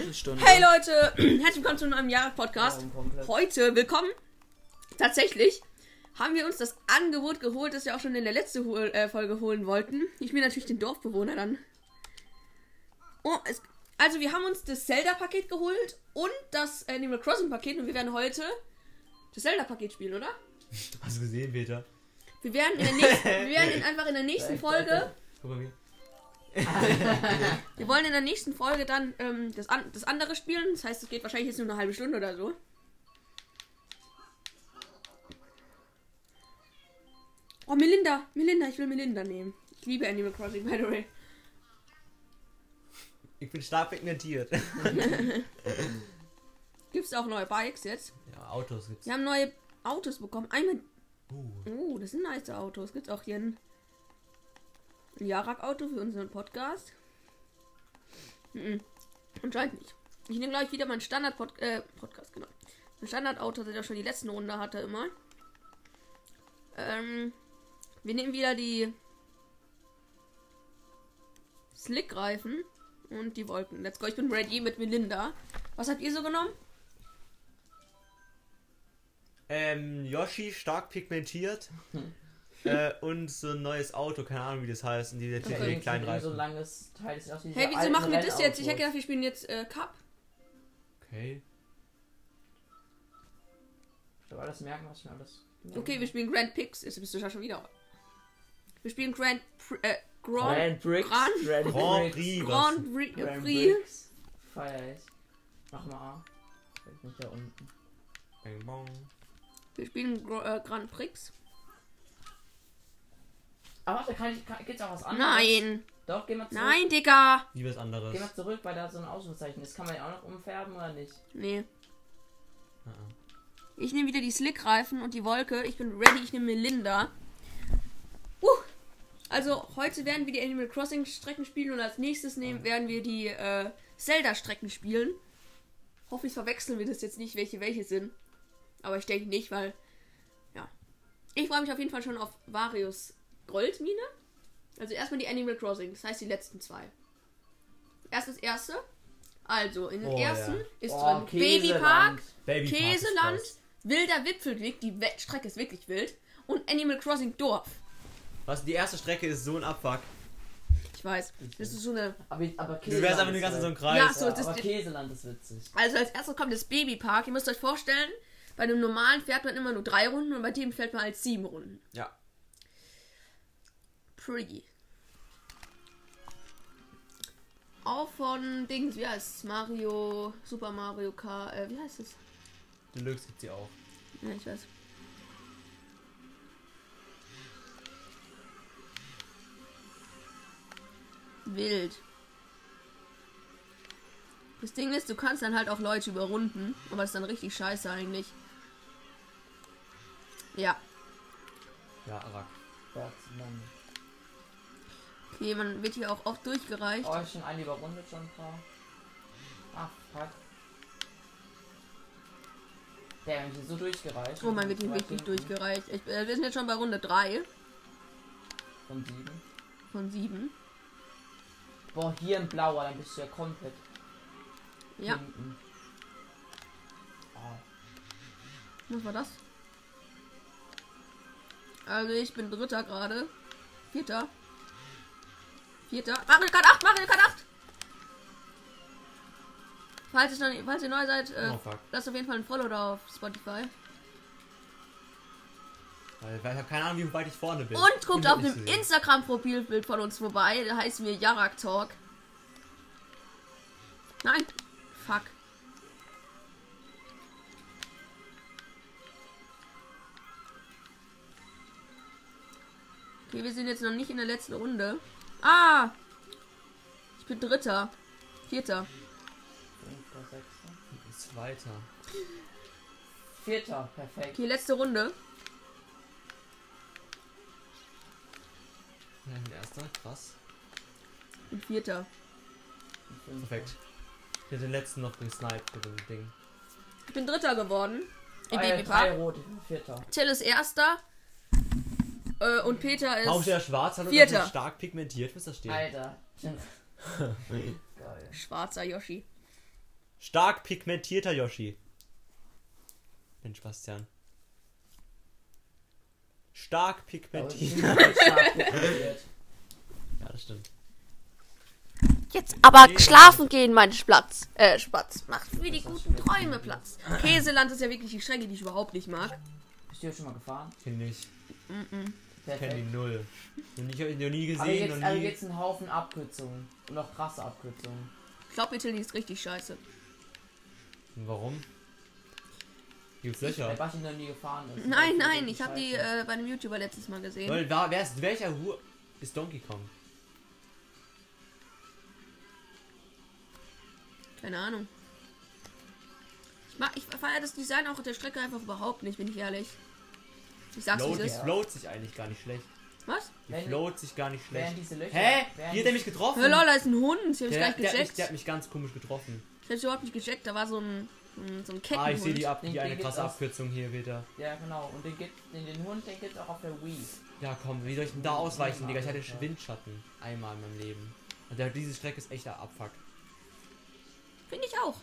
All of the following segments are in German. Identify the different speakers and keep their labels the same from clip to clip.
Speaker 1: Viertelstunde.
Speaker 2: Hey Leute, herzlich willkommen zu einem Jahre-Podcast.
Speaker 1: Warum komplett?
Speaker 2: Heute willkommen. Tatsächlich haben wir uns das Angebot geholt, das wir auch schon in der letzten Hol- äh, Folge holen wollten. Ich bin natürlich den Dorfbewohner dann. Oh, es, also wir haben uns das Zelda-Paket geholt und das Animal Crossing-Paket und wir werden heute das Zelda-Paket spielen, oder?
Speaker 3: Hast du gesehen, Peter?
Speaker 2: Wir werden, in der nächsten, wir werden in, einfach in der nächsten Folge,
Speaker 3: Guck mal mir.
Speaker 2: wir wollen in der nächsten Folge dann ähm, das, an, das andere spielen. Das heißt, es geht wahrscheinlich jetzt nur eine halbe Stunde oder so. Oh, Melinda, Melinda, ich will Melinda nehmen. Ich liebe Animal Crossing, by the way.
Speaker 3: Ich bin stark ignoriert.
Speaker 2: Gibt es auch neue Bikes jetzt?
Speaker 3: Ja, Autos gibt's.
Speaker 2: Wir haben neue Autos bekommen. Einmal.
Speaker 3: Uh,
Speaker 2: Oh, das sind nice Autos. Gibt's auch hier ein ein Jarak-Auto für unseren Podcast? Mhm. Anscheinend nicht. Ich nehme gleich wieder mein Standard-Podcast, äh, Podcast, genau. Mein Standard-Auto, das ich auch schon die letzten Runde hatte, immer. Ähm, wir nehmen wieder die Slick-Reifen und die Wolken. Let's go, ich bin ready mit Melinda. Was habt ihr so genommen?
Speaker 3: ähm, Yoshi stark pigmentiert. äh, und so ein neues Auto, keine Ahnung wie das heißt. Und die jetzt
Speaker 1: Deswegen
Speaker 3: okay. den kleinen
Speaker 1: sind die so
Speaker 3: Reifen.
Speaker 1: ein langes Teil. Das sind auch diese
Speaker 2: Hey, wieso
Speaker 1: alten
Speaker 2: machen wir das jetzt? Ich hätte
Speaker 1: Rennautos.
Speaker 2: gedacht, wir spielen jetzt äh, Cup.
Speaker 3: okay.
Speaker 1: Ich glaube, alles merken, was schon alles.
Speaker 2: Okay, wir spielen Grand Prix. Jetzt bist du ja schon wieder. Wir spielen Grand Pri äh, Grand,
Speaker 1: Grand Bricks.
Speaker 2: Grand-
Speaker 1: Grand
Speaker 3: Grand
Speaker 1: Bricks.
Speaker 3: Prix. was?
Speaker 2: Grand Prix. äh,
Speaker 1: Grand
Speaker 2: Prix.
Speaker 1: Bricks. Feier ich. Mach mal A. Fällt nicht da unten.
Speaker 3: Bang, bong.
Speaker 2: Wir spielen Gro äh, Grand Prix.
Speaker 1: Aber Ah, warte, kann ich, kann, geht's auch was anderes?
Speaker 2: Nein,
Speaker 1: Doch, geh mal zurück.
Speaker 2: nein, Digga.
Speaker 3: Wie was anderes.
Speaker 1: Geh mal zurück, weil da so ein Ausrufezeichen ist. Kann man ja auch noch umfärben oder nicht?
Speaker 2: Nee.
Speaker 3: Ah,
Speaker 2: Ich nehme wieder die Slick-Reifen und die Wolke. Ich bin ready, ich nehme Melinda. Uh. Also, heute werden wir die Animal Crossing-Strecken spielen und als nächstes nehmen, werden wir die äh, Zelda-Strecken spielen. Hoffentlich verwechseln wir das jetzt nicht, welche welche sind. Aber ich denke nicht, weil. Ja. Ich freue mich auf jeden Fall schon auf Varios Goldmine. Also, erstmal die Animal Crossing, das heißt die letzten zwei. Erst das erste. Also, in den
Speaker 3: Oh, ja.
Speaker 2: ersten ist
Speaker 1: Oh,
Speaker 2: drin Babypark.
Speaker 1: Käseland.
Speaker 3: Baby Park ist
Speaker 2: Käseland,
Speaker 3: das.
Speaker 2: wilder Wipfelweg, die We Strecke ist wirklich wild. Und Animal Crossing Dorf.
Speaker 3: Was? Die erste Strecke ist so ein Abfuck.
Speaker 2: Ich weiß, das ist so eine.
Speaker 1: Aber, aber Käseland.
Speaker 3: Du wärst einfach
Speaker 1: ist
Speaker 3: nur ganz in so einem
Speaker 1: geil.
Speaker 3: Kreis.
Speaker 2: Ja, so-
Speaker 1: Ja,
Speaker 2: das-
Speaker 1: aber Käseland ist witzig.
Speaker 2: Also als erstes kommt das Babypark. Ihr müsst euch vorstellen, bei einem normalen fährt man immer nur drei Runden und bei dem fährt man halt sieben Runden.
Speaker 3: Ja.
Speaker 2: Pretty. Auch von Dings, wie heißt es? Mario, Super Mario Kart, äh, wie heißt es?
Speaker 3: Deluxe gibt's hier auch.
Speaker 2: Ja, ich weiß. Wild. Das Ding ist, du kannst dann halt auch Leute überrunden, aber ist dann richtig scheiße eigentlich. Ja,
Speaker 3: Ja, Arak.
Speaker 1: Gott, Mann.
Speaker 2: okay, man wird hier auch oft durchgereicht.
Speaker 1: Oh, ist schon eine überrundet schon, Frau. Ah, fuck. Der hat mich so durchgereicht.
Speaker 2: Oh, man wird hier richtig durchgereicht. Ich, äh, wir sind jetzt schon bei Runde 3
Speaker 1: Von sieben.
Speaker 2: von 7.
Speaker 1: Boah, hier ein blauer, dann bist du ja komplett
Speaker 2: Ja,
Speaker 1: hinten. Oh,
Speaker 2: was war das? Also ich bin Dritter gerade. Vierter. Vierter. Mario Kart 8, Mario Kart 8! Falls, ich noch nie, falls ihr neu seid, äh,
Speaker 3: Oh, fuck.
Speaker 2: lasst auf jeden Fall ein Follow da auf Spotify.
Speaker 3: Weil weil ich habe keine Ahnung, wie weit ich vorne bin.
Speaker 2: Und guckt
Speaker 3: Bin
Speaker 2: auf
Speaker 3: ich
Speaker 2: dem
Speaker 3: zu sehen.
Speaker 2: Instagram-Profilbild von uns vorbei. Da heißen wir Jarak Talk. Nein. Fuck. Okay, wir sind jetzt noch nicht in der letzten Runde. Ah! Ich bin Dritter. Vierter.
Speaker 1: fünfter, sechster.
Speaker 3: Ist weiter.
Speaker 1: Vierter, perfekt.
Speaker 2: Okay, letzte Runde.
Speaker 3: Ja, ein erster, krass.
Speaker 2: Und Vierter.
Speaker 1: Und fünfter.
Speaker 3: Perfekt. Ich hätte den letzten noch gesniped mit dem Ding.
Speaker 2: Ich bin Dritter geworden. Im
Speaker 1: Ah, ja,
Speaker 2: Babypark.
Speaker 1: drei rote, ich bin vierter.
Speaker 2: Till ist Erster. Äh, und Peter ist.
Speaker 3: Warum steht da schwarz? Hallo,
Speaker 2: Vierter.
Speaker 3: das ist stark pigmentiert, was da steht.
Speaker 1: Alter. Geil.
Speaker 2: Schwarzer Yoshi.
Speaker 3: Stark pigmentierter Yoshi. Mensch, Bastian. Stark
Speaker 1: Aber es
Speaker 3: pigmentierter.
Speaker 1: ist Oh, schon stark pigmentiert.
Speaker 3: Ja, das stimmt.
Speaker 2: Jetzt aber
Speaker 3: Nee.
Speaker 2: schlafen gehen, mein Spatz. Äh, Spatz. Macht für die
Speaker 1: Das hast
Speaker 2: guten
Speaker 1: du mir
Speaker 2: Träume Platz. Käseland ist ja wirklich die Strecke, die ich überhaupt nicht mag.
Speaker 1: Bist du hier schon mal gefahren?
Speaker 3: Kenn ich. Kenn die
Speaker 1: Perfekt.
Speaker 3: null. Und ich habe ihn noch nie gesehen.
Speaker 1: Aber jetzt,
Speaker 3: noch
Speaker 1: also
Speaker 3: nie.
Speaker 1: jetzt einen Haufen Abkürzungen. Und auch krasse Abkürzungen.
Speaker 2: Ich glaube, Italy ist richtig scheiße.
Speaker 3: Und Warum? Gibt's
Speaker 1: Weil
Speaker 3: Löcher?
Speaker 1: Bachi noch nie gefahren ist.
Speaker 2: Nein,
Speaker 1: Das ist
Speaker 2: nein,
Speaker 1: wirklich
Speaker 2: ich habe die
Speaker 1: scheiße.
Speaker 2: äh, bei einem YouTuber letztes Mal gesehen.
Speaker 3: Leute, wer, wer ist welcher Hu ist Donkey Kong?
Speaker 2: Keine Ahnung. Ich, mag, ich feiere das Design auch der Strecke einfach überhaupt nicht, bin ich ehrlich. Ich sag's, wie
Speaker 3: Float,
Speaker 2: es
Speaker 3: die
Speaker 2: ist.
Speaker 1: ja.
Speaker 3: float sich eigentlich gar nicht schlecht.
Speaker 2: Was?
Speaker 3: Die
Speaker 1: Wenn-
Speaker 3: float sich gar nicht
Speaker 1: Wären
Speaker 3: schlecht.
Speaker 1: diese Löcher.
Speaker 3: Hä?
Speaker 1: wären
Speaker 3: Wie hat
Speaker 1: die-
Speaker 3: er mich getroffen?
Speaker 2: Hör, lol, da ist ein Hund. Ich hab's
Speaker 3: der,
Speaker 2: gleich
Speaker 3: der, hat mich,
Speaker 2: gecheckt.
Speaker 3: der hat mich ganz komisch getroffen.
Speaker 2: Ich hab's überhaupt nicht gecheckt. Da war so ein, so ein- so ein Kettenhund.
Speaker 3: Ah, ich sehe die, ab,
Speaker 1: Den-
Speaker 3: die
Speaker 1: den
Speaker 3: eine
Speaker 1: gibt's
Speaker 3: krasse
Speaker 1: aus-
Speaker 3: Abkürzung hier, Peter.
Speaker 1: Ja, genau. Und den, gibt, den, den Hund, den gibt's auch auf der Wii.
Speaker 3: Ja, komm, wie soll ich denn da ausweichen, Digga? Ich hatte
Speaker 1: Ja.
Speaker 3: Windschatten. Einmal in meinem Leben. Und der, diese Strecke ist echt der Abfuck.
Speaker 2: Finde ich auch.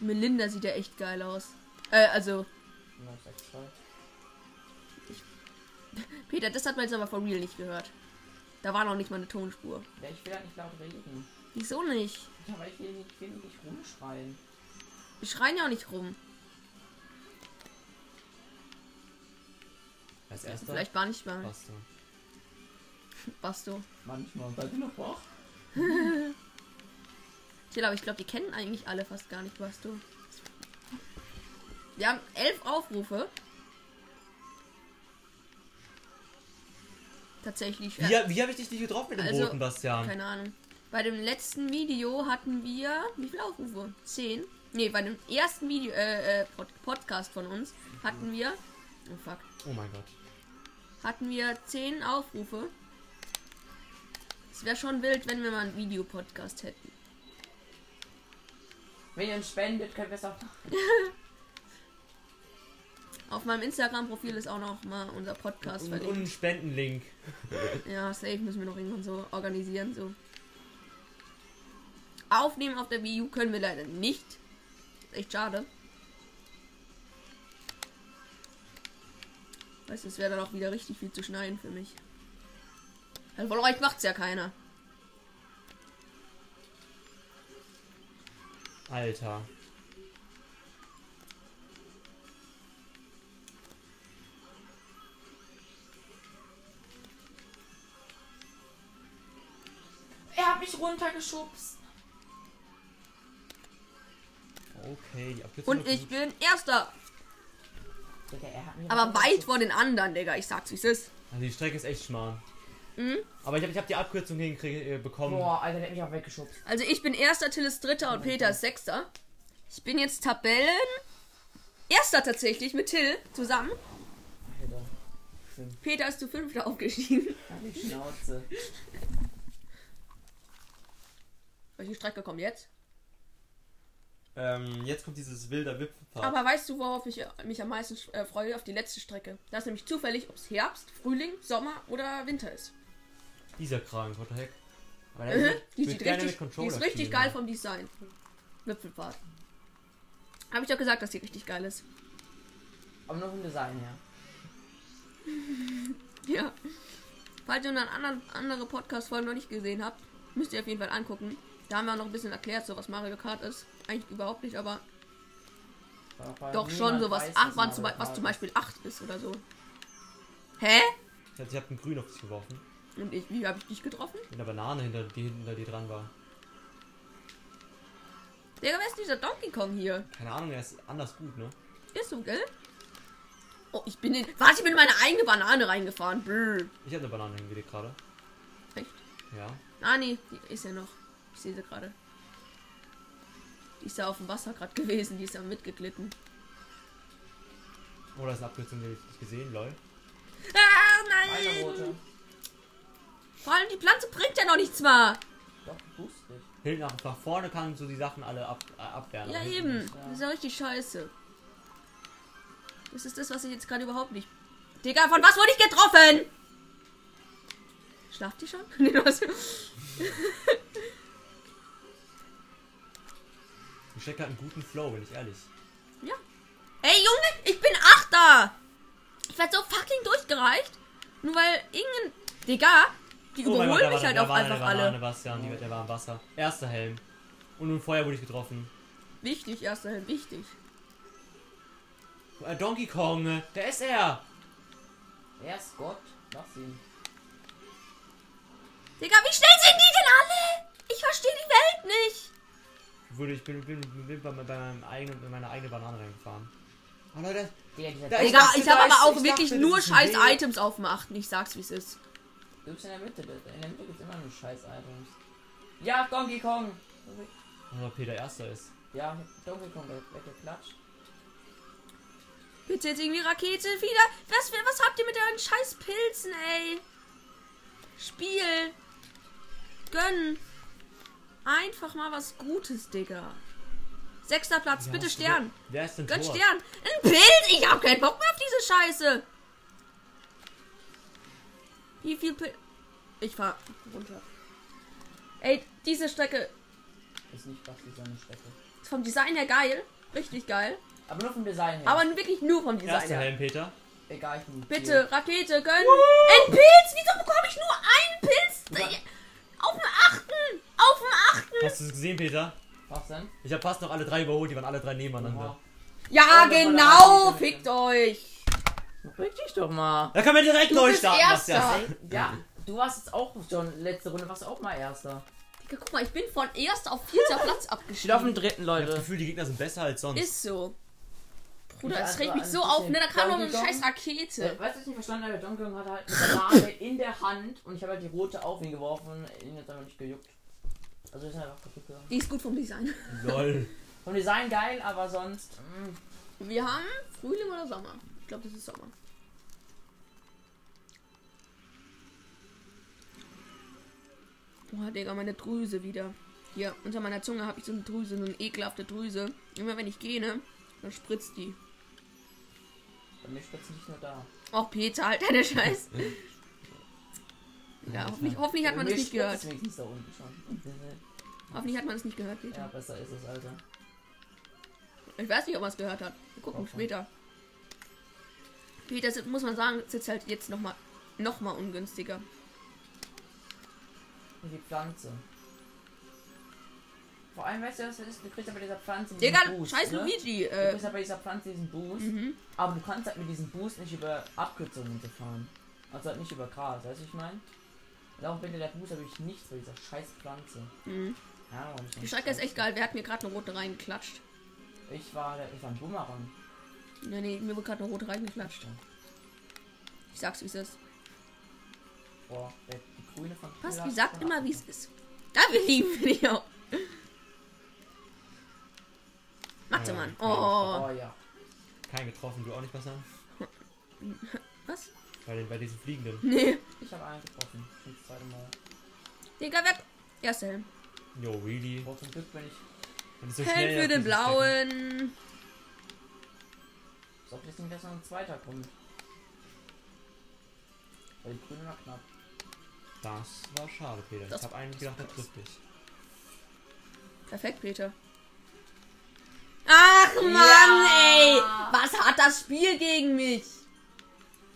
Speaker 2: Melinda sieht ja echt geil aus. Äh, also,
Speaker 1: Na, ich sag Bescheid.
Speaker 2: Peter, das hat man jetzt aber for real nicht gehört. Da war noch nicht mal eine Tonspur.
Speaker 1: Ja, ich will halt nicht laut reden.
Speaker 2: Wieso nicht?
Speaker 1: Ja, weil ich will nicht, ich will nicht rumschreien.
Speaker 2: Wir schreien ja auch nicht rum.
Speaker 3: Als erster.
Speaker 2: Vielleicht war nicht mal.
Speaker 3: Basta.
Speaker 2: Basto.
Speaker 1: Manchmal. Seid ihr noch wach?
Speaker 2: Tja, aber ich glaube, die kennen eigentlich alle fast gar nicht Basto. Wir haben elf Aufrufe. Tatsächlich. äh,
Speaker 3: Wie, wie habe ich dich nicht getroffen mit dem
Speaker 2: Also,
Speaker 3: roten Bastian?
Speaker 2: Keine Ahnung. Bei dem letzten Video hatten wir wie viele Aufrufe? Zehn? Nee, bei dem ersten Video, äh, äh, Pod Podcast von uns hatten wir. Oh fuck.
Speaker 3: Oh mein Gott.
Speaker 2: Hatten wir zehn Aufrufe. Es wäre schon wild, wenn wir mal einen Videopodcast hätten.
Speaker 1: Wenn ihr uns spendet, können wir es auch machen.
Speaker 2: Auf meinem Instagram-Profil ist auch noch mal unser Podcast
Speaker 3: Und, und
Speaker 2: verlinkt.
Speaker 3: einen Spendenlink.
Speaker 2: Ja, safe müssen wir noch irgendwann so organisieren. so. Aufnehmen auf der Wii U können wir leider nicht. Ist echt schade. Weißt du, es wäre dann auch wieder richtig viel zu schneiden für mich. Also von euch macht's ja keiner.
Speaker 3: Alter.
Speaker 1: Er hat mich runtergeschubst.
Speaker 3: Okay, die Abkürzung.
Speaker 2: Und
Speaker 3: war
Speaker 2: ich
Speaker 3: gut.
Speaker 2: bin Erster.
Speaker 1: Digga, er hat mich
Speaker 2: Aber weit
Speaker 1: runtergeschubst.
Speaker 2: vor den anderen, Digga. Ich sag's, wie's ist.
Speaker 3: Also die Strecke ist echt schmal.
Speaker 2: Hm?
Speaker 3: Aber ich habe ich hab die Abkürzung hinkrieg, äh, bekommen.
Speaker 1: Boah, Alter, der hat mich auch weggeschubst.
Speaker 2: Also ich bin Erster, Till ist Dritter und Peter ist Sechster. Ich bin jetzt Tabellen... Erster tatsächlich mit Till zusammen.
Speaker 1: Alter.
Speaker 2: Peter ist zu Fünfter aufgestiegen.
Speaker 1: Hab ich Schnauze.
Speaker 2: Welche Strecke kommt jetzt?
Speaker 3: Ähm, jetzt kommt dieses wilder Wipfelfahrt.
Speaker 2: Aber weißt du, worauf ich äh, mich am meisten äh, freue? Auf die letzte Strecke. Da ist nämlich zufällig, ob es Herbst, Frühling, Sommer oder Winter ist.
Speaker 3: Dieser Kragen, what the heck? Aber der-
Speaker 2: Mhm.
Speaker 3: ich
Speaker 2: Die
Speaker 3: würd
Speaker 2: sieht
Speaker 3: gerne
Speaker 2: richtig,
Speaker 3: mit
Speaker 2: die
Speaker 3: Controller
Speaker 2: ist richtig
Speaker 3: spielen.
Speaker 2: geil vom Design. Wipfelfahrt. Habe ich doch gesagt, dass die richtig geil ist.
Speaker 1: Aber nur vom Design her.
Speaker 2: Ja. Falls ihr noch anderen, andere Podcast-Folgen noch nicht gesehen habt, müsst ihr auf jeden Fall angucken. Da haben wir noch ein bisschen erklärt, so was Mario Kart ist. Eigentlich überhaupt nicht, aber
Speaker 1: Weil auch
Speaker 2: doch
Speaker 1: niemand
Speaker 2: schon so was,
Speaker 1: weiß,
Speaker 2: ach,
Speaker 1: man halt
Speaker 2: wann zum,
Speaker 1: alles
Speaker 2: was zum
Speaker 1: hat.
Speaker 2: Beispiel 8 ist oder so. Hä?
Speaker 3: Ich hab, ich hab einen Grün auf dich geworfen.
Speaker 2: Und ich, wie habe ich dich getroffen?
Speaker 3: Mit einer Banane, hinter, die hinter dir dran war.
Speaker 2: Digga, wer ist dieser Donkey Kong hier?
Speaker 3: Keine Ahnung, er ist anders gut, ne?
Speaker 2: Ist so, gell? Oh, ich bin in. Warte, ich bin in meine eigene Banane reingefahren. Brr.
Speaker 3: Ich hab eine Banane hingelegt gerade.
Speaker 2: Echt?
Speaker 3: Ja.
Speaker 2: Ah, nee, die ist ja noch. Ich sehe sie gerade. Die ist ja auf dem Wasser gerade gewesen. Die ist ja mitgeglitten.
Speaker 3: Oh, da ist eine Abkürzung, die hab ich nicht gesehen, lol.
Speaker 2: Ah,
Speaker 1: Eine
Speaker 2: nein!
Speaker 1: rote.
Speaker 2: Vor allem die Pflanze bringt ja noch nichts mal.
Speaker 1: Doch, du tust dich.
Speaker 3: Hinten nach, nach vorne kannst du die Sachen alle ab, äh, abwehren.
Speaker 2: Ja,
Speaker 3: aber hinten
Speaker 2: eben.
Speaker 3: nicht.
Speaker 1: ja.
Speaker 2: Das ist ja richtig scheiße. Das ist das, was ich jetzt gerade überhaupt nicht. Digga, von was wurde ich getroffen? Schlaft ihr schon? Nee, was?
Speaker 3: Die Strecke hat halt einen guten Flow, bin ich ehrlich.
Speaker 2: Hey Junge, ich bin Achter! Ich werd so fucking durchgereicht. Nur weil irgendein. Digga, die
Speaker 3: Oh mein Gott,
Speaker 2: überholen
Speaker 3: da war-
Speaker 2: mich halt
Speaker 3: da
Speaker 2: auch
Speaker 3: war einer,
Speaker 2: einfach
Speaker 3: da war einer,
Speaker 2: alle.
Speaker 3: Der war, Bastian, die- der war im Wasser. Erster Helm. Und nun vorher wurde ich getroffen.
Speaker 2: Wichtig, erster Helm, wichtig.
Speaker 3: Äh, Donkey Kong, ne? da ist er!
Speaker 1: Er ist Gott. Lass ihn.
Speaker 2: Digga, wie schnell sind die denn alle? Ich verstehe die Welt nicht.
Speaker 3: Würde ich bin, bin, bin bei, bei meinem eigenen, bei meiner eigenen Banane reingefahren. Oh Leute,
Speaker 1: Digga, dieser
Speaker 3: Da
Speaker 1: Typ-
Speaker 3: ist-
Speaker 2: Digga,
Speaker 3: dachte,
Speaker 2: ich habe
Speaker 3: da ist-
Speaker 2: aber auch
Speaker 3: ich
Speaker 2: wirklich
Speaker 3: dachte,
Speaker 2: nur
Speaker 3: das ist
Speaker 2: scheiß
Speaker 3: mega.
Speaker 2: Items auf dem Achten. Ich sag's, wie es ist.
Speaker 1: Du bist in der Mitte. bitte. In der Mitte gibt's immer nur scheiß Items. Ja, Donkey Kong.
Speaker 3: aber Peter Erster ist.
Speaker 1: Ja, Donkey Kong wird weggeklatscht.
Speaker 2: Bitte jetzt irgendwie Rakete wieder. Was, was habt ihr mit euren scheiß Pilzen, ey? Spiel. Gönn. Einfach mal was Gutes, Digga. Sechster Platz,
Speaker 3: Ja,
Speaker 2: bitte
Speaker 3: was-
Speaker 2: Stern.
Speaker 3: Wer ist denn
Speaker 2: Gönn
Speaker 3: Tor?
Speaker 2: Stern. Ein Pilz. Ich hab keinen Bock mehr auf diese Scheiße. Wie viel Pilz? Ich fahr runter. Ey, diese Strecke
Speaker 1: Ist nicht Basti seine Strecke.
Speaker 2: ist vom Design her geil. Richtig geil.
Speaker 1: Aber nur vom Design her.
Speaker 2: Aber wirklich nur vom Design
Speaker 3: Erster
Speaker 2: her.
Speaker 3: Helm, Peter.
Speaker 1: Egal, ich bin
Speaker 2: Bitte, Rakete, gönn! Ein Pilz! Wieso bekomme ich nur einen Pilz?
Speaker 1: Ja.
Speaker 2: Auf dem achten! Auf dem achten!
Speaker 3: Hast du es gesehen, Peter?
Speaker 1: Was denn?
Speaker 3: Ich habe fast noch alle drei überholt, die waren alle drei nebeneinander.
Speaker 1: Oha.
Speaker 2: Ja,
Speaker 1: Oh, das war der
Speaker 2: genau!
Speaker 1: Rakete.
Speaker 2: Fickt euch!
Speaker 1: Beruhig dich doch mal.
Speaker 3: Da kann man direkt
Speaker 2: Du
Speaker 3: neu
Speaker 2: bist
Speaker 3: starten,
Speaker 2: Erster!
Speaker 3: Bastian.
Speaker 1: Ja, du warst jetzt auch schon letzte Runde, warst auch mal Erster.
Speaker 2: Digga, guck mal, ich bin von erster auf vierter Platz
Speaker 1: Ich laufe
Speaker 2: abgestiegen.
Speaker 1: im dritten,
Speaker 3: Ich habe das
Speaker 1: Leute.
Speaker 3: Gefühl, die Gegner sind besser als sonst.
Speaker 2: Ist so. Bruder,
Speaker 1: Ja,
Speaker 2: es regt
Speaker 1: also
Speaker 2: mich so
Speaker 1: ein
Speaker 2: auf, ne? Da
Speaker 1: bisschen
Speaker 2: kam noch eine
Speaker 1: down
Speaker 2: scheiß
Speaker 1: gegangen.
Speaker 2: Rakete.
Speaker 1: Äh, Weißt du, was ich nicht verstanden habe? Der Donkey Kong hatte halt eine Banane in der Hand und ich habe halt die rote auf ihn geworfen. Ihn hat aber nicht gejuckt. Also ist einfach kaputt gegangen.
Speaker 2: Die ist gut vom Design.
Speaker 3: Lol.
Speaker 1: Vom Design geil, aber sonst. mm.
Speaker 2: Wir haben Frühling oder Sommer? Ich glaube, das ist Sommer. Boah, Digga, meine Drüse wieder. Hier, unter meiner Zunge habe ich so eine Drüse, so eine ekelhafte Drüse. Immer wenn ich gehe, ne, dann spritzt die.
Speaker 1: Bei mir spritzt nicht nur da.
Speaker 2: Auch Peter, halt deine Scheiß. ja, hoffentlich, hoffentlich hat
Speaker 1: Bei
Speaker 2: man
Speaker 1: mir
Speaker 2: das nicht
Speaker 1: spritzt
Speaker 2: gehört.
Speaker 1: wenigstens da unten schon.
Speaker 2: Hoffentlich hat man das nicht gehört,
Speaker 1: Ja,
Speaker 2: Peter.
Speaker 1: besser ist es, Alter.
Speaker 2: Ich weiß nicht, ob man es gehört hat. Wir gucken
Speaker 1: Okay.
Speaker 2: später. Peter, sit- muss man sagen, sitzt halt jetzt nochmal noch mal ungünstiger.
Speaker 1: Und die Pflanze. Vor allem, weißt du, was das ist? Du kriegst ja bei dieser Pflanze diesen
Speaker 2: Digga,
Speaker 1: Boost,
Speaker 2: scheiß
Speaker 1: ne?
Speaker 2: Luigi.
Speaker 1: Du
Speaker 2: Äh,
Speaker 1: kriegst ja bei dieser Pflanze diesen Boost,
Speaker 2: mhm.
Speaker 1: aber du kannst halt mit diesem Boost nicht über Abkürzungen so fahren. Also halt nicht über Gras, weißt du, was ich meine? Darum bringt dir der Boost natürlich nichts bei dieser scheiß Pflanze.
Speaker 2: Mhm.
Speaker 1: Ja, warum so ein
Speaker 2: Die Strecke ist
Speaker 1: Scheiß-
Speaker 2: echt geil. Wer hat mir gerade eine rote reingeklatscht?
Speaker 1: Ich war, der- ich war ein Bumerang.
Speaker 2: Nee, nee, mir wurde gerade eine rote reingeklatscht. Ich sag's, wie es ist.
Speaker 1: Boah, der, die grüne von
Speaker 2: Was?
Speaker 1: Killer
Speaker 2: Wie
Speaker 1: ist
Speaker 2: sagt
Speaker 1: von
Speaker 2: immer, wie es
Speaker 1: Abkürzung.
Speaker 2: ist. Da wir lieben wir dich auch. Matze, Mann. Oh.
Speaker 1: Oh ja.
Speaker 3: Kein getroffen, du auch nicht besser?
Speaker 2: Was?
Speaker 3: Bei, den, bei diesen Fliegenden.
Speaker 2: Nee.
Speaker 1: Ich habe einen getroffen. Schon das zweite Mal.
Speaker 2: Digga, wer. Erster Helm.
Speaker 3: Yo, really?
Speaker 1: Boah, zum Glück bin ich.
Speaker 3: Und ist so schnell
Speaker 2: Helm für
Speaker 3: auf
Speaker 2: den
Speaker 3: diesen Strecken.
Speaker 2: blauen.
Speaker 1: Ist auch jetzt nicht, dass noch ein zweiter kommt. Weil die grüne war knapp.
Speaker 3: Das war schade, Peter.
Speaker 2: Das-
Speaker 3: ich habe eigentlich gedacht, er
Speaker 2: das-
Speaker 3: trifft dich.
Speaker 2: Perfekt, Peter. Ach Mann, ey!
Speaker 1: Ja.
Speaker 2: Was hat das Spiel gegen mich?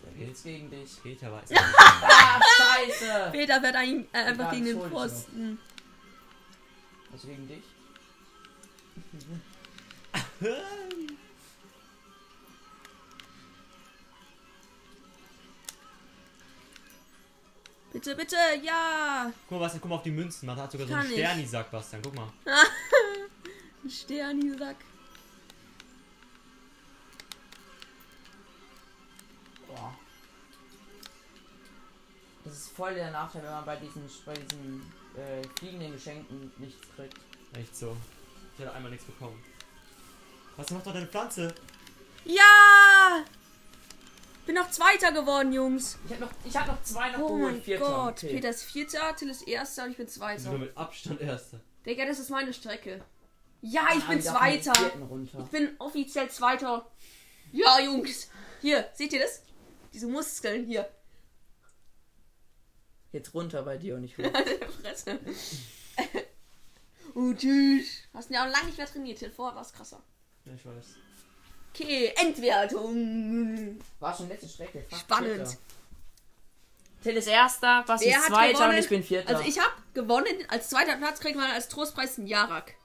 Speaker 1: Der geht's gegen dich.
Speaker 3: Peter weiß.
Speaker 1: Ah, scheiße!
Speaker 2: Peter fährt ein, äh, einfach
Speaker 1: Ja,
Speaker 2: gegen
Speaker 1: das
Speaker 2: den
Speaker 1: hol ich
Speaker 2: Pfosten.
Speaker 1: Also gegen dich?
Speaker 2: Bitte, bitte, ja!
Speaker 3: guck mal, was, guck mal auf die Münzen. Man hat sogar so
Speaker 2: Kann
Speaker 3: einen
Speaker 2: ich.
Speaker 3: Stern, die sagt Bastian. Guck mal.
Speaker 2: Ein Stern, Isaac.
Speaker 1: Boah. Das ist voll der Nachteil, wenn man bei diesen, bei diesen äh, fliegenden Geschenken nichts kriegt.
Speaker 3: Echt so. Ich hätte einmal nichts bekommen. Was macht doch deine Pflanze?
Speaker 2: Ja! Bin noch Zweiter geworden, Jungs.
Speaker 1: Ich hab noch, ich hab noch zwei noch
Speaker 2: Oh
Speaker 1: geholt,
Speaker 2: mein
Speaker 1: Vierter.
Speaker 2: Gott.
Speaker 1: Okay.
Speaker 2: Peter ist Vierter, Till ist Erster und ich bin
Speaker 3: Also nur
Speaker 2: Zweiter.
Speaker 3: mit Abstand Erster.
Speaker 2: Digga, das ist meine Strecke. Ja, ich bin
Speaker 1: Ah, wir darf nur den
Speaker 2: Zweiter.
Speaker 1: vierten Runter.
Speaker 2: Ich bin offiziell Zweiter. Ja, Jungs. Hier, seht ihr das? Diese Muskeln hier.
Speaker 1: Jetzt runter bei dir und ich hoch.
Speaker 2: Fresse. Oh, tschüss. Hast ja auch lange nicht mehr trainiert. Hier Vorher war es krasser.
Speaker 1: Ja, ich weiß.
Speaker 2: Okay, Endwertung.
Speaker 1: War schon letzte Strecke. Fuck,
Speaker 2: Spannend.
Speaker 1: Vierter. Till ist erster, Basti
Speaker 2: Wer
Speaker 1: ist
Speaker 2: hat
Speaker 1: zweiter und
Speaker 2: gewonnen?
Speaker 1: ich bin vierter.
Speaker 2: Also ich habe gewonnen. Als zweiter Platz kriegt man als Trostpreis einen Jarak.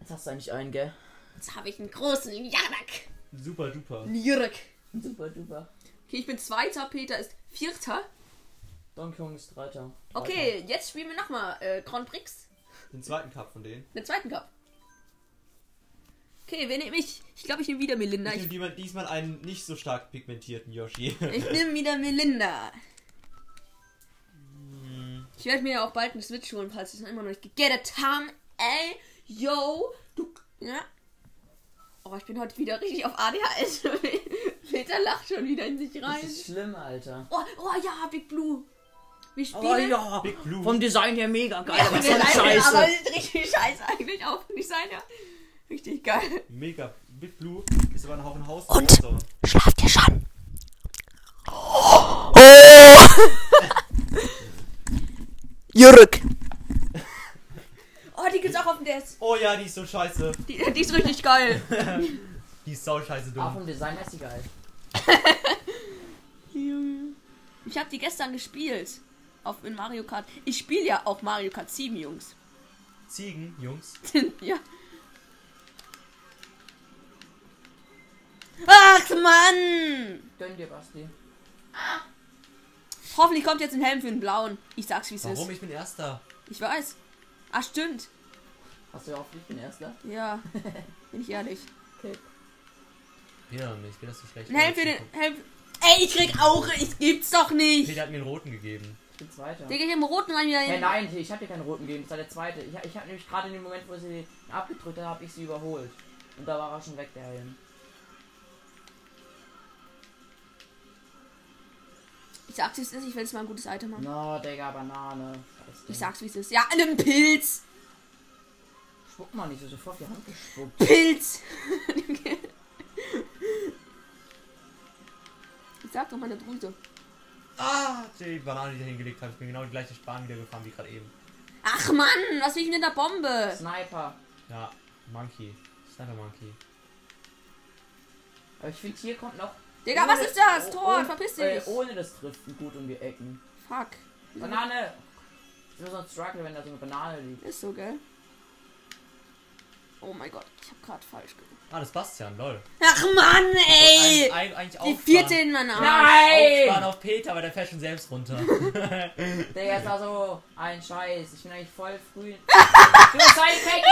Speaker 1: Jetzt hast du eigentlich einen, gell?
Speaker 2: Jetzt habe ich einen großen Jarak.
Speaker 3: Super duper.
Speaker 2: Einen Jarak.
Speaker 1: Super duper.
Speaker 2: Okay, ich bin zweiter. Peter ist vierter.
Speaker 1: Don Kong ist dritter.
Speaker 2: Okay, jetzt spielen wir nochmal äh, Grand Prix.
Speaker 3: Den zweiten Cup von denen.
Speaker 2: Den zweiten Cup. Okay, wer nehme ich? Ich glaube, ich nehme wieder Melinda.
Speaker 3: Ich
Speaker 2: Ich,
Speaker 3: nehme diesmal- diesmal einen nicht so stark pigmentierten Yoshi.
Speaker 2: ich nehme wieder Melinda.
Speaker 3: Hm,
Speaker 2: Ich werde mir ja auch bald einen Switch holen, falls ich es immer noch nicht gegettet haben. Ey, yo, du. Ja. Oh, ich bin heute wieder richtig auf ADHS. Peter lacht schon wieder in sich
Speaker 1: Das
Speaker 2: rein.
Speaker 1: ist schlimm, Alter. Oh,
Speaker 2: Oh, oh ja, Big Blue. Wir spielen.
Speaker 1: ja.
Speaker 3: Big Blue.
Speaker 1: Vom Design her mega geil, aber
Speaker 2: Oh, aber
Speaker 1: was soll die Scheiße.
Speaker 2: aber ist richtig scheiße eigentlich auch, nicht sein, ja. Richtig geil.
Speaker 3: Mega. Big Blue ist aber noch ein Haus.
Speaker 2: Und?
Speaker 3: So.
Speaker 2: Schlaft ihr schon?
Speaker 1: Jürg.
Speaker 2: Oh, die gibt's auch auf dem DS.
Speaker 3: Oh ja, die ist so scheiße.
Speaker 2: Die, die ist richtig geil.
Speaker 3: Die ist sau scheiße
Speaker 1: Ah,
Speaker 3: dumm.
Speaker 1: vom Design her ist sie geil.
Speaker 2: Ich habe die gestern gespielt. Auf, in Mario Kart. Ich spiele ja auch Mario Kart 7, Jungs.
Speaker 3: Ziegen, Jungs.
Speaker 2: ja. Ach, Mann!
Speaker 1: Gönn dir, Basti.
Speaker 2: Hoffentlich kommt jetzt ein Helm für den blauen. Ich sag's, wie's
Speaker 3: Warum?
Speaker 2: ist.
Speaker 3: Ich bin Erster.
Speaker 2: Ich weiß. Ach, stimmt.
Speaker 1: Hast du ja auch ich bin erster.
Speaker 2: Ja. Bin ich ehrlich.
Speaker 1: Okay.
Speaker 3: Ja, ich bin das so schlecht.
Speaker 2: Ein Helm für den. Helm. Ey, ich krieg auch. Ich gibt's doch nicht.
Speaker 3: Peter hat mir einen roten gegeben.
Speaker 1: Ich bin zweiter.
Speaker 2: Der geht im roten rein wieder
Speaker 1: Hey,
Speaker 2: hin.
Speaker 1: nein, ich hab dir keinen roten gegeben, das war der zweite. Ich, ich hab nämlich gerade in dem Moment, wo sie abgedrückt hat, hab ich sie überholt. Und da war er schon weg, der Helm.
Speaker 2: Ich sag's, wie's ist. Ich will jetzt mal ein gutes Item haben.
Speaker 1: Na, Digga, Banane. Scheiß Ding.
Speaker 2: Ich sag's, wie's ist. Ja, einen Pilz.
Speaker 1: Spuck mal nicht so sofort die Hand gespuckt.
Speaker 2: Pilz. ich sag doch mal eine Drüse.
Speaker 3: Ah, die Banane, die ich da hingelegt habe. Ich bin genau die gleiche Bahn wieder gefahren wie gerade eben.
Speaker 2: Ach Mann, was will ich denn mit der Bombe?
Speaker 1: Sniper.
Speaker 3: Ja, Monkey. Sniper Monkey.
Speaker 1: Aber ich finde, hier kommt noch.
Speaker 2: Digga,
Speaker 1: ohne
Speaker 2: was ist das?
Speaker 1: oh-
Speaker 2: Tor,
Speaker 1: ohne-
Speaker 2: verpiss dich.
Speaker 1: äh, Ohne das Driften gut um die Ecken.
Speaker 2: Fuck.
Speaker 1: Banane! Das ist so ein Struggle, wenn da so eine Banane liegt.
Speaker 2: Ist so, gell? Oh mein Gott, ich hab grad falsch ge.
Speaker 3: Ah, das Bastian, lol.
Speaker 2: Ach Mann, ey!
Speaker 3: Ein, ein, eigentlich
Speaker 2: Die
Speaker 3: auffahren.
Speaker 2: vierte in meiner Hand.
Speaker 1: Nein!
Speaker 3: Auffahren auf Peter, aber der fährt schon selbst runter.
Speaker 1: Digga,
Speaker 2: Mhm.
Speaker 1: es war so also ein Scheiß. Ich bin eigentlich voll früh. du Sidekick!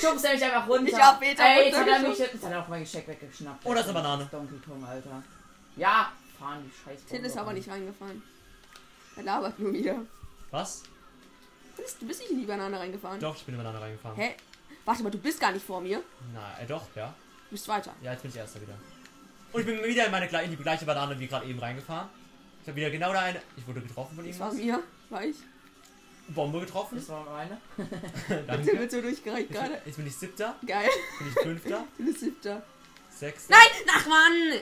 Speaker 1: Schubst er mich einfach runter.
Speaker 2: Ich hab Peter
Speaker 1: Ey, jetzt hat er mich
Speaker 2: runtergeschubst.
Speaker 1: jetzt hat er auch mein Geschenk weggeschnappt.
Speaker 3: Oh, das ist eine Banane.
Speaker 1: Donkey Kong, Alter. Ja, fahren die Scheiße.
Speaker 2: Till ist aber nicht reingefallen. Er labert nur wieder.
Speaker 3: Was?
Speaker 2: Bist- Du bist nicht in die Banane reingefahren.
Speaker 3: Doch, ich bin in die Banane reingefahren.
Speaker 2: Hä? Warte mal, du bist gar nicht vor mir.
Speaker 3: Na, äh, doch, ja.
Speaker 2: Du bist weiter.
Speaker 3: Ja, jetzt bin ich Erster wieder. Und ich bin wieder in, meine, gle- in die gleiche Banane wie gerade eben reingefahren. Ich habe wieder genau da eine. Ich wurde getroffen von
Speaker 2: Das war
Speaker 3: irgendwas.
Speaker 2: mir. War ich.
Speaker 3: Bombe getroffen.
Speaker 1: Das war meine.
Speaker 2: Till
Speaker 3: Danke.
Speaker 2: wird so durchgereicht gerade.
Speaker 3: Jetzt bin ich siebter,
Speaker 2: Geil.
Speaker 3: bin ich fünfter,
Speaker 2: Du bist siebter.
Speaker 3: sechster,
Speaker 2: Nein! Ach Mann!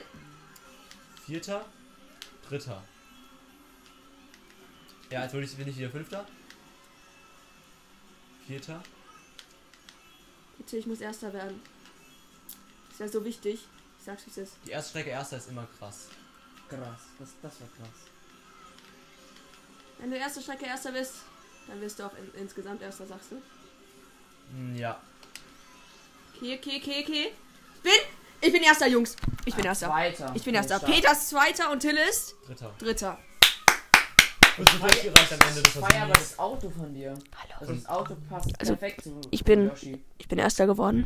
Speaker 3: vierter, dritter. Ja, jetzt bin ich, bin ich wieder fünfter, vierter.
Speaker 2: Bitte, ich muss erster werden. Ist ja so wichtig. Ich sag's, wie es ist.
Speaker 3: Die erste Strecke erster ist immer krass.
Speaker 1: Krass, das, das war krass.
Speaker 2: Wenn du erste Strecke erster bist, dann wirst du auch in, insgesamt erster, sagst du.
Speaker 3: Hm, Ja,
Speaker 2: Okay, okay, okay, okay. Ich bin. Ich bin erster, Jungs. Ich bin erster.
Speaker 1: Zweiter.
Speaker 2: Ich bin erster.
Speaker 1: Stark.
Speaker 2: Peter ist zweiter und Till ist
Speaker 3: dritter.
Speaker 2: dritter.
Speaker 3: Bist du durchgereicht am Ende des
Speaker 1: Ich feier aber
Speaker 3: Versuchs?
Speaker 1: das Auto von dir.
Speaker 2: Hallo.
Speaker 1: Also das Auto passt
Speaker 2: Also,
Speaker 1: perfekt zu
Speaker 2: ich bin- Ne?
Speaker 1: Yoshi.
Speaker 2: Ich bin erster geworden.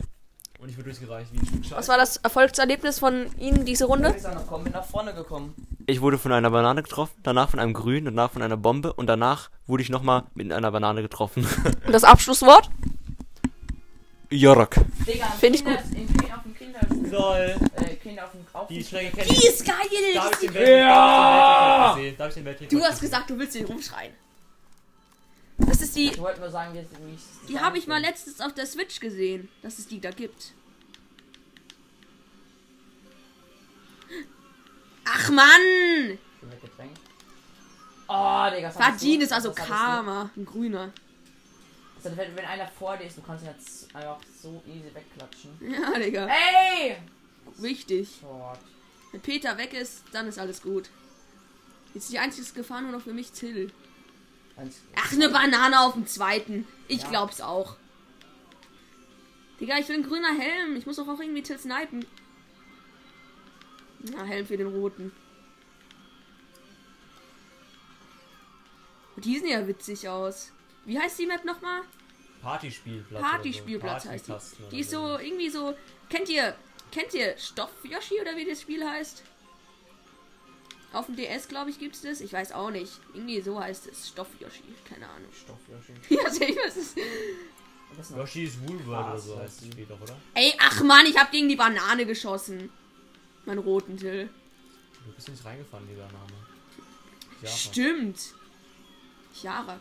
Speaker 3: Und ich wurde durchgereicht wie ein Stück Scheiße.
Speaker 2: Was war das Erfolgserlebnis von Ihnen diese
Speaker 1: Du
Speaker 2: Runde?
Speaker 1: bist dann noch kommen, bin nach vorne gekommen.
Speaker 3: Ich wurde von einer Banane getroffen, danach von einem Grün, danach von einer Bombe und danach wurde ich nochmal mit einer Banane getroffen.
Speaker 2: Und das Abschlusswort?
Speaker 3: Jörg.
Speaker 1: Digga, am
Speaker 2: Find ich
Speaker 1: Kinder- in Kinder- auf dem Kinder,
Speaker 3: Lol,
Speaker 1: äh, Kinder auf dem auf
Speaker 3: die
Speaker 1: dem-
Speaker 3: Schläge kenne
Speaker 2: Die
Speaker 3: ich.
Speaker 2: ist geil!
Speaker 3: Da hab ich den
Speaker 1: Ja!
Speaker 3: Weltrekord gesehen. Da hab ich den Weltrekord
Speaker 2: Du hast
Speaker 3: gesehen.
Speaker 2: gesagt, du willst ihn rumschreien. Das ist die.
Speaker 1: Ich wollte nur sagen, wie es wie ich's
Speaker 2: Die
Speaker 1: sagen
Speaker 2: habe ich mal
Speaker 1: will.
Speaker 2: letztens auf der Switch gesehen, dass es die da gibt. Ach Mann!
Speaker 1: Bin weggedrängt. Oh, Digga. das hattest du-
Speaker 2: Vagin ist also
Speaker 1: das hattest du-
Speaker 2: Karma. Ein grüner.
Speaker 1: Das Also, wenn, wenn einer vor dir ist, du kannst ihn jetzt einfach so easy wegklatschen.
Speaker 2: Ja, Digga.
Speaker 1: Ey!
Speaker 2: Wichtig.
Speaker 1: Short.
Speaker 2: Wenn Peter weg ist, dann ist alles gut. Jetzt die einzige Gefahr nur noch für mich Till.
Speaker 1: Und-
Speaker 2: Ach, eine Banane auf dem zweiten. Ich
Speaker 1: Ja.
Speaker 2: glaub's auch. Digga, ich will ein grüner Helm. Ich muss doch auch irgendwie Till snipen. Na, Helm für den roten. Und die sehen ja witzig aus. Wie heißt die Map nochmal?
Speaker 3: Partyspielplatz. oder so.
Speaker 2: Partyspielplatz heißt
Speaker 3: Partytasten
Speaker 2: die.
Speaker 3: oder
Speaker 2: Die ist so irgendwie so. Kennt ihr, kennt ihr Stoff Yoshi oder wie das Spiel heißt? Auf dem DS, glaube ich, gibt's das. Ich weiß auch nicht. Irgendwie so heißt es. Stoff Yoshi. Keine Ahnung.
Speaker 1: Stoff, Yoshi.
Speaker 2: Ja, safe ist es.
Speaker 1: Am besten noch-
Speaker 3: Yoshi's Woolworth oder
Speaker 1: Spaß,
Speaker 3: so
Speaker 1: heißt
Speaker 3: heißt das
Speaker 1: die.
Speaker 3: Spiel doch, oder?
Speaker 2: Ey, ach man, ich hab gegen die Banane geschossen. Mein roten Till.
Speaker 3: Du bist nicht reingefahren, dieser Name. Ja,
Speaker 2: Stimmt. Jarak.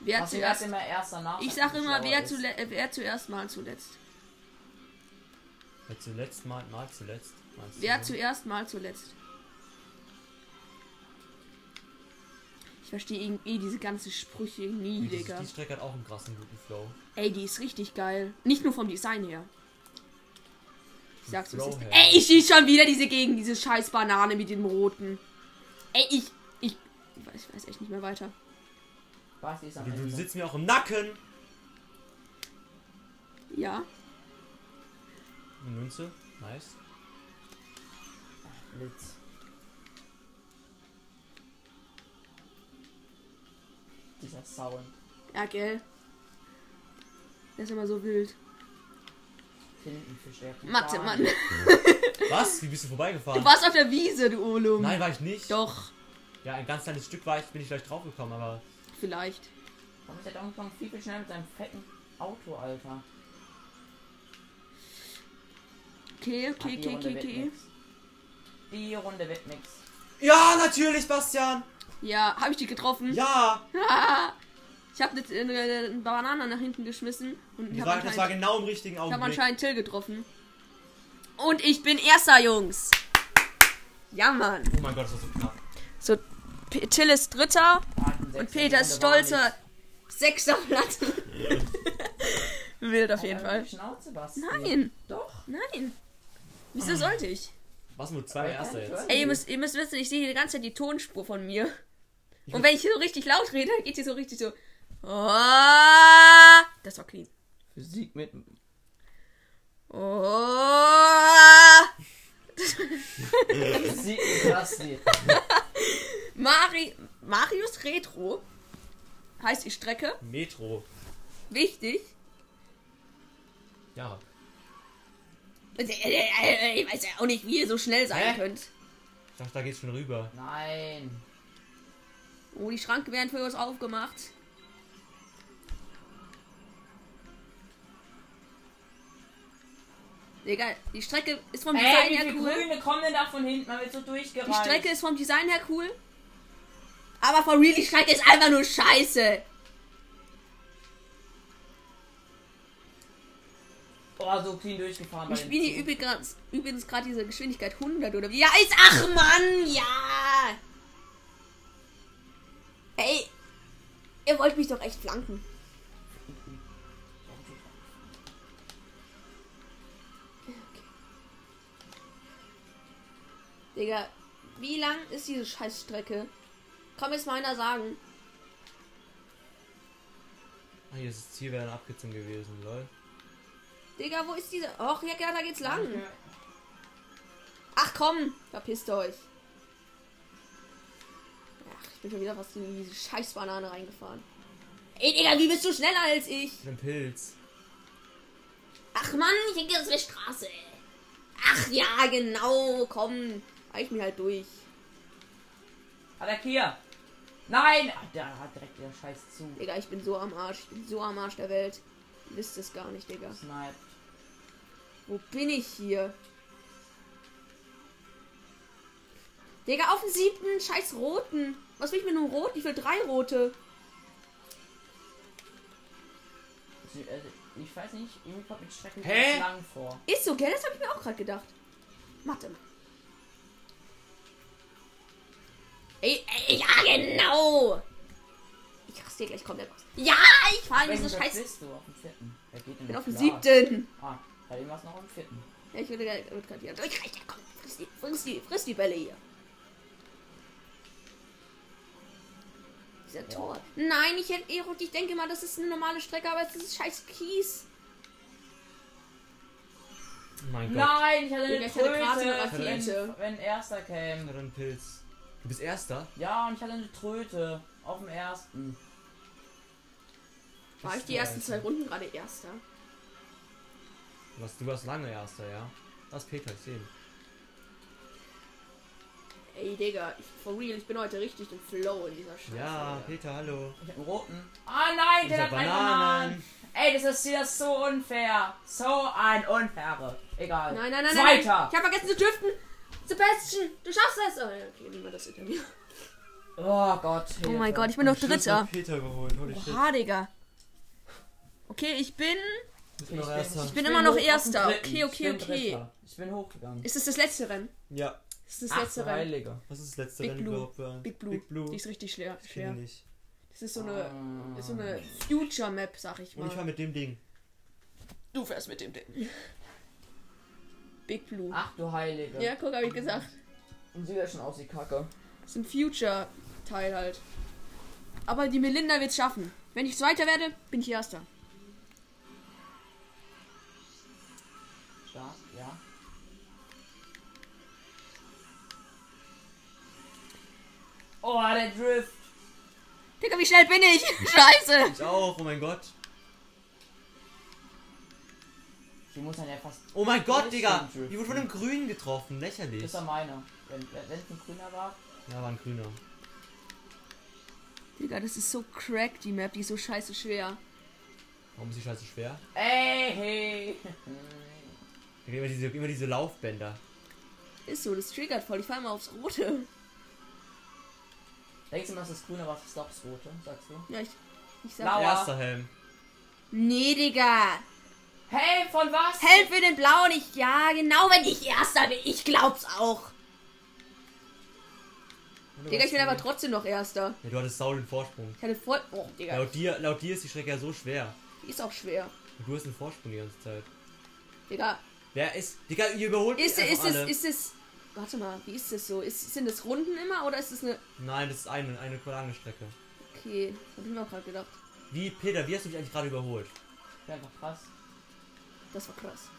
Speaker 2: Wer
Speaker 1: Hast du erst
Speaker 2: zuerst.
Speaker 1: immer erst danach?
Speaker 2: Ich
Speaker 1: sagt,
Speaker 2: sag
Speaker 1: wie
Speaker 2: immer,
Speaker 1: schlauer
Speaker 2: wer,
Speaker 1: ist.
Speaker 2: zule äh, wer zuerst mal zuletzt.
Speaker 3: Wer zuletzt mal, mal zuletzt. meinst du,
Speaker 2: Wer
Speaker 1: Mhm.
Speaker 3: ne?
Speaker 2: zuerst mal zuletzt. Ich verstehe irgendwie diese ganzen Sprüche nie,
Speaker 3: Die, die,
Speaker 2: Digga.
Speaker 3: die Strecke hat auch einen krassen guten Flow.
Speaker 2: Ey, die ist richtig geil. Nicht nur vom Design her. Ich sag's
Speaker 3: Flow
Speaker 2: uns.
Speaker 3: her.
Speaker 2: Ey, ich schieß schon wieder diese gegen diese scheiß Banane mit dem roten. Ey, ich. Ich, ich, weiß, ich weiß echt nicht mehr weiter.
Speaker 1: Basti ist am
Speaker 3: Du,
Speaker 1: Ende.
Speaker 3: du sitzt mir auch im Nacken!
Speaker 2: Ja.
Speaker 3: Eine Münze, nice.
Speaker 1: Blitz. Dieser Sound.
Speaker 2: Ja, gell. Der ist immer so wild.
Speaker 1: Hinten für Stärken.
Speaker 2: Mathe, Mann.
Speaker 3: Was? Wie bist du vorbeigefahren?
Speaker 2: Du warst auf der Wiese, du Olum.
Speaker 3: Nein, war ich nicht.
Speaker 2: Doch,
Speaker 3: Ja, ein ganz kleines Stück war ich, bin ich gleich draufgekommen, aber
Speaker 2: vielleicht.
Speaker 1: Warum ist der Donkey Kong viel, viel schneller mit seinem fetten Auto, Alter?
Speaker 2: Okay,
Speaker 1: Ah,
Speaker 2: okay,
Speaker 1: die
Speaker 2: okay,
Speaker 1: Runde
Speaker 2: okay,
Speaker 1: wird
Speaker 2: okay.
Speaker 1: nix. Die Runde wird nix.
Speaker 3: Ja, natürlich, Bastian!
Speaker 2: Ja, habe ich dich getroffen?
Speaker 3: Ja!
Speaker 2: Ich habe eine, eine, eine Banane nach hinten geschmissen und ich
Speaker 3: Das
Speaker 2: habe
Speaker 3: war, das war
Speaker 2: anscheinend,
Speaker 3: genau im richtigen
Speaker 2: ich hab
Speaker 3: Augenblick.
Speaker 2: anscheinend Till getroffen. Und ich bin erster, Jungs. Ja, Mann.
Speaker 3: Oh mein Gott, das war so knapp.
Speaker 2: So, P Till ist dritter
Speaker 1: Arten
Speaker 2: und
Speaker 1: sechs, die
Speaker 2: Peter ist
Speaker 1: Runde war
Speaker 2: stolzer.
Speaker 1: nix.
Speaker 2: Sechster Platz. Wild auf jeden
Speaker 1: Alter,
Speaker 2: Fall.
Speaker 1: die Schnauze, Basti.
Speaker 2: Nein,
Speaker 1: Doch.
Speaker 2: nein. Wieso sollte ich?
Speaker 3: Was nur zwei Erster jetzt?
Speaker 2: Ey, ihr müsst, ihr müsst wissen, ich sehe die ganze Zeit die Tonspur von mir. Und wenn ich hier so richtig laut rede, geht hier so richtig so. Oh, das war clean.
Speaker 1: Physik mit.
Speaker 2: Oh,
Speaker 1: Physik mit Basti.
Speaker 2: Mari, Marius Retro heißt die Strecke.
Speaker 3: Metro.
Speaker 2: Wichtig.
Speaker 3: Ja.
Speaker 2: äh, Ich weiß ja auch nicht, wie ihr so schnell sein
Speaker 3: Hä?
Speaker 2: könnt.
Speaker 3: Ich dachte, da geht's schon rüber.
Speaker 1: Nein.
Speaker 2: Oh, die Schranke werden für uns aufgemacht. Egal, die Strecke ist vom Design
Speaker 1: Ey, wie
Speaker 2: her
Speaker 1: viele
Speaker 2: cool.
Speaker 1: Grüne kommen denn da von hinten? Man wird so
Speaker 2: Die
Speaker 1: durchgereicht.
Speaker 2: Strecke ist vom Design her cool. Aber von Real, die Strecke ist einfach nur scheiße.
Speaker 1: Oh, so clean durchgefahren.
Speaker 2: Wir
Speaker 1: bei den
Speaker 2: spielen hier
Speaker 1: Zügen.
Speaker 2: übrigens, übrigens gerade diese Geschwindigkeit 100 oder wie? Ja, ist. Ach Mann, ja! Ey, ihr wollt mich doch echt flanken. Digga, wie lang ist diese Scheißstrecke? Komm, jetzt mal einer sagen.
Speaker 3: Ah, hier ist das Ziel wäre eine Abkürzung gewesen, lol.
Speaker 2: Digga, wo ist diese. Och, ja, ja, da geht's lang. Ach komm, verpisst euch. Ach, ich bin schon wieder fast in diese scheiß Banane reingefahren. Ey, Digga, wie bist du schneller als ich?
Speaker 3: Ein Pilz.
Speaker 2: Ach Mann, ich denke, das ist eine Straße. Ach ja, genau, komm. Reich mich halt durch.
Speaker 1: Hat er Kia? Nein! Ah, Da hat direkt der Scheiß zu.
Speaker 2: Digga, ich bin so am Arsch. Ich bin so am Arsch der Welt. Ihr wisst es gar nicht, Digga.
Speaker 1: Snipe.
Speaker 2: Wo bin ich hier? Digga, auf den siebten scheiß roten. Was will ich mit einem roten? Ich will drei rote.
Speaker 1: Ich, also, ich weiß nicht, irgendwie kommt mit Strecken
Speaker 3: Hä?
Speaker 1: ganz lang vor.
Speaker 2: Ist so, gell? Das habe ich mir auch gerade gedacht. Mathe. Ey, ey, ja, genau. Ich hasse rast dir gleich komplett aus. Ja, ich fahre in
Speaker 1: Welchen
Speaker 2: diese
Speaker 1: Platz
Speaker 2: Scheiße.
Speaker 1: bist du auf dem vierten? Wer geht
Speaker 2: Ich
Speaker 1: denn
Speaker 2: bin auf dem
Speaker 1: Platz?
Speaker 2: siebten.
Speaker 1: Ah, bei dem war es noch am vierten.
Speaker 2: Ja, ich würde gerne wird gerade hier. Ich reich, ja, komm, friss die, friss die, friss die Bälle hier. Dieser Tor. Nein, ich hätte Erot, ich denke mal, das ist eine normale Strecke, aber es ist scheiß Kies.
Speaker 3: Oh Mein Gott.
Speaker 1: Nein, ich hatte
Speaker 2: Digga,
Speaker 1: eine
Speaker 2: ich hatte gerade eine
Speaker 1: Tröte,
Speaker 2: Rakete.
Speaker 1: wenn- wenn erster käme.
Speaker 3: Nein. Pilz. Du bist Erster?
Speaker 1: Ja, und ich hatte eine Tröte auf dem ersten.
Speaker 2: War ich die
Speaker 3: Ja,
Speaker 2: ersten
Speaker 3: Alter.
Speaker 2: zwei Runden gerade Erster?
Speaker 3: Was, du warst lange Erster, ja? Das ist Peter, ich sehe ihn.
Speaker 2: Ey, Digga, ich, for real, ich bin heute richtig im Flow in dieser Scheiße.
Speaker 3: Ja,
Speaker 2: Digga.
Speaker 3: Peter, hallo.
Speaker 1: Ich hab einen roten. Ah nein, der
Speaker 3: Ich
Speaker 1: hat
Speaker 3: hab
Speaker 1: einen Bananen.
Speaker 3: Bananen.
Speaker 1: Ey, das ist wieder so unfair. So ein Unfaire. Egal.
Speaker 2: Nein, nein, nein, nein.
Speaker 1: Zweiter.
Speaker 2: Ich habe vergessen zu driften. Sebastian, du schaffst es. Oh, ja, okay, niemand das hinter mir.
Speaker 1: Oh Gott.
Speaker 2: Oh
Speaker 1: Hilfe.
Speaker 2: mein Gott, ich bin doch
Speaker 3: Am Schluss
Speaker 2: Dritter.
Speaker 3: hat Peter geholt, holy shit.
Speaker 2: Oha, Digga. Okay, ich bin.
Speaker 3: Bist
Speaker 1: Ich
Speaker 3: noch
Speaker 1: bin-
Speaker 3: Erster.
Speaker 1: ich
Speaker 2: bin immer noch
Speaker 1: hoch auf dem
Speaker 2: Erster.
Speaker 1: Dritten.
Speaker 2: Okay, okay,
Speaker 1: ich bin
Speaker 2: okay.
Speaker 1: Dritter. Ich bin hochgegangen.
Speaker 2: Ist es das letzte Rennen?
Speaker 3: Ja.
Speaker 2: Ist es das
Speaker 1: Ach,
Speaker 2: letzte
Speaker 1: du
Speaker 2: Rennen?
Speaker 1: Heiliger.
Speaker 3: Was ist das letzte
Speaker 2: Big
Speaker 3: Rennen
Speaker 2: Blue.
Speaker 3: überhaupt? für ein-
Speaker 2: Big Blue.
Speaker 3: Big Blue.
Speaker 2: Die ist richtig schwer.
Speaker 3: Ich kenne
Speaker 2: schwer.
Speaker 3: die nicht.
Speaker 2: Das ist so eine, ist so eine Future-Map, sag ich
Speaker 3: Und ich war
Speaker 2: mal.
Speaker 3: mit dem Ding.
Speaker 2: Du fährst mit dem Ding. Big Blue.
Speaker 3: Ah.
Speaker 1: Ach du Heilige.
Speaker 2: Ja, guck, hab ich gesagt.
Speaker 1: Und sieht ja schon aus wie Kacke.
Speaker 2: Das ist ein Future-Teil halt. Aber die Melinda wird's schaffen. Wenn ich Zweiter werde, bin ich Erster.
Speaker 1: Stark, ja. Oh, der Drift.
Speaker 2: Digga, wie schnell bin ich? Scheiße.
Speaker 3: Ich auch, oh mein Gott.
Speaker 1: Die muss dann ja fast.
Speaker 3: Oh mein Gott,
Speaker 1: Das
Speaker 3: Digga.
Speaker 1: stimmt.
Speaker 3: Die wurde von einem Grünen getroffen. Lächerlich.
Speaker 1: Das war meine. Wenn wenn es ein grüner war.
Speaker 3: Ja, war ein Grüner.
Speaker 2: Digga, das ist so crack, die Map. Die ist so scheiße schwer.
Speaker 3: Warum ist die Scheiße schwer?
Speaker 1: Ey, hey.
Speaker 3: Digga, Immer diese, immer diese Laufbänder.
Speaker 2: Ist so, das triggert voll. Ich fahr immer aufs Rote.
Speaker 1: Denkst du mal, es ist grün, aber es ist doch das rote, sagst du?
Speaker 2: Ja, ich, ich sag.
Speaker 1: Blau. Aua.
Speaker 3: Erster Helm.
Speaker 2: Nee, Digga.
Speaker 1: Hey, von was?
Speaker 2: Helm für den Blauen. Ich, ja, genau, wenn ich Erster bin. Ich glaub's auch. Digga, ich bin aber trotzdem noch Erster.
Speaker 3: Ja, du hattest sau den Vorsprung.
Speaker 2: Ich hatte voll. Oh, Digga.
Speaker 3: Laut dir, laut dir ist die Strecke ja so schwer.
Speaker 2: Die ist auch schwer.
Speaker 3: Und du hast einen Vorsprung die ganze Zeit.
Speaker 2: Digga.
Speaker 3: Wer ist. Digga, ihr überholt mich
Speaker 2: Ist, es, ist
Speaker 3: einfach alle.
Speaker 2: es. Ist es. Warte mal, wie ist das so? Ist, sind das Runden immer oder ist es eine.
Speaker 3: Nein, das ist eine, eine lange Strecke.
Speaker 2: Okay, hab ich mir auch gerade gedacht.
Speaker 3: Wie, Peter, wie hast du mich eigentlich gerade überholt?
Speaker 1: Ich bin einfach krass.
Speaker 2: Das war krass.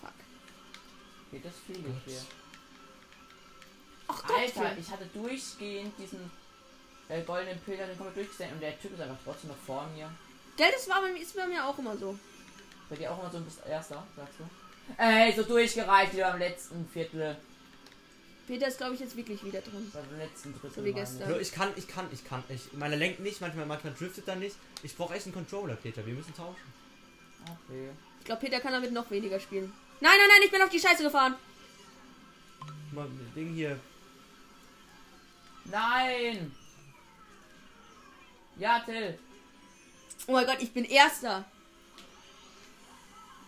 Speaker 2: Fuck.
Speaker 1: Geht das viel
Speaker 3: Gott.
Speaker 1: hier?
Speaker 2: Ach Gott,
Speaker 1: Alter,
Speaker 2: Phil.
Speaker 1: ich hatte durchgehend diesen äh, goldenen Pilger, den komplett durchgesetzt und der Typ ist einfach trotzdem noch vor mir.
Speaker 2: Gell, das war bei mir, ist bei mir auch immer so.
Speaker 1: Bei dir auch immer so ein bisschen erster, sagst du? Ey, so durchgereicht wieder am letzten Viertel.
Speaker 2: Peter ist, glaube ich, jetzt wirklich wieder drin.
Speaker 1: Beim letzten Drittel.
Speaker 2: So wie
Speaker 1: meine ich.
Speaker 2: gestern.
Speaker 3: Bro, ich kann, ich kann, ich kann. Ich, meiner lenkt nicht, manchmal, manchmal driftet er nicht. Ich brauche echt einen Controller, Peter. Wir müssen tauschen.
Speaker 1: Okay.
Speaker 2: Ich glaube, Peter kann damit noch weniger spielen. Nein, nein, nein, ich bin auf die Scheiße gefahren.
Speaker 3: Mal Ding hier.
Speaker 1: Nein! Ja, Till.
Speaker 2: Oh mein Gott, ich bin Erster.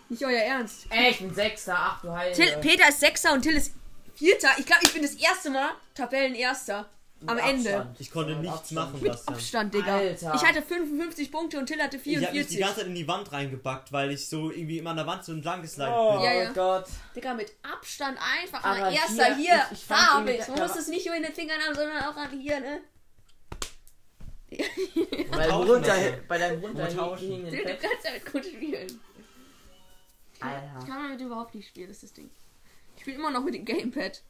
Speaker 2: Nicht euer Ernst.
Speaker 1: Ey, ich bin Sechster, ach du Heilige.
Speaker 2: Till, Peter ist Sechster und Till ist Vierter. Ich glaube, ich bin das erste Mal Tabellenerster.
Speaker 1: Mit
Speaker 2: Am Ende.
Speaker 1: Abstand.
Speaker 3: Ich konnte
Speaker 1: Mit
Speaker 3: nichts
Speaker 1: Abstand.
Speaker 3: machen,
Speaker 2: Mit
Speaker 3: Bastian.
Speaker 2: Abstand, Digga.
Speaker 1: Alter.
Speaker 2: Ich hatte 55 Punkte und Till hatte
Speaker 3: Ich habe mich die
Speaker 2: 44.
Speaker 3: ganze Zeit in die Wand reingebackt, weil ich so irgendwie immer an der Wand so entlang geslidet
Speaker 1: Oh
Speaker 3: bin.
Speaker 2: Ja, ja.
Speaker 1: Gott.
Speaker 2: Digga, mit Abstand einfach.
Speaker 1: Aber
Speaker 2: Aber erster
Speaker 1: hier,
Speaker 2: hier,
Speaker 1: ich- ich fand
Speaker 2: da
Speaker 1: ihn
Speaker 2: habe
Speaker 1: mit-
Speaker 2: ich. Man
Speaker 1: da
Speaker 2: muss
Speaker 1: war-
Speaker 2: es nicht nur in den Fingern haben, sondern auch an hier, ne?
Speaker 1: Bei deinem
Speaker 3: tauschen
Speaker 1: runter,
Speaker 3: lassen.
Speaker 1: bei deinem
Speaker 3: Mal
Speaker 1: runter
Speaker 3: tauschen.
Speaker 1: hingehenden
Speaker 2: Du du
Speaker 1: Bett.
Speaker 2: kannst damit gut spielen. Ich
Speaker 1: Alter.
Speaker 2: kann damit überhaupt nicht spielen, ist das Ding. Ich spiele immer noch mit dem Gamepad.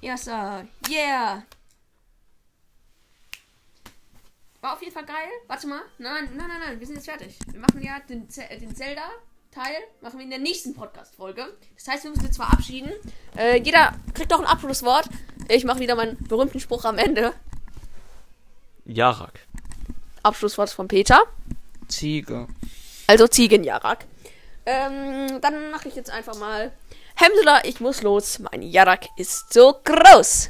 Speaker 2: Erster. Yeah. War auf jeden Fall geil. Warte mal. Nein, nein, nein, nein. Wir sind jetzt fertig. Wir machen ja den, Ze- äh, den Zelda-Teil. Machen wir in der nächsten Podcast-Folge. Das heißt, wir müssen jetzt verabschieden. Äh, jeder kriegt noch ein Abschlusswort. Ich mache wieder meinen berühmten Spruch am Ende.
Speaker 4: Jarak.
Speaker 2: Abschlusswort von Peter.
Speaker 4: Ziege.
Speaker 2: Also Ziegenjarak. Ähm, dann mache ich jetzt einfach mal. Hemsela, ich muss los. Mein Jarak ist so groß.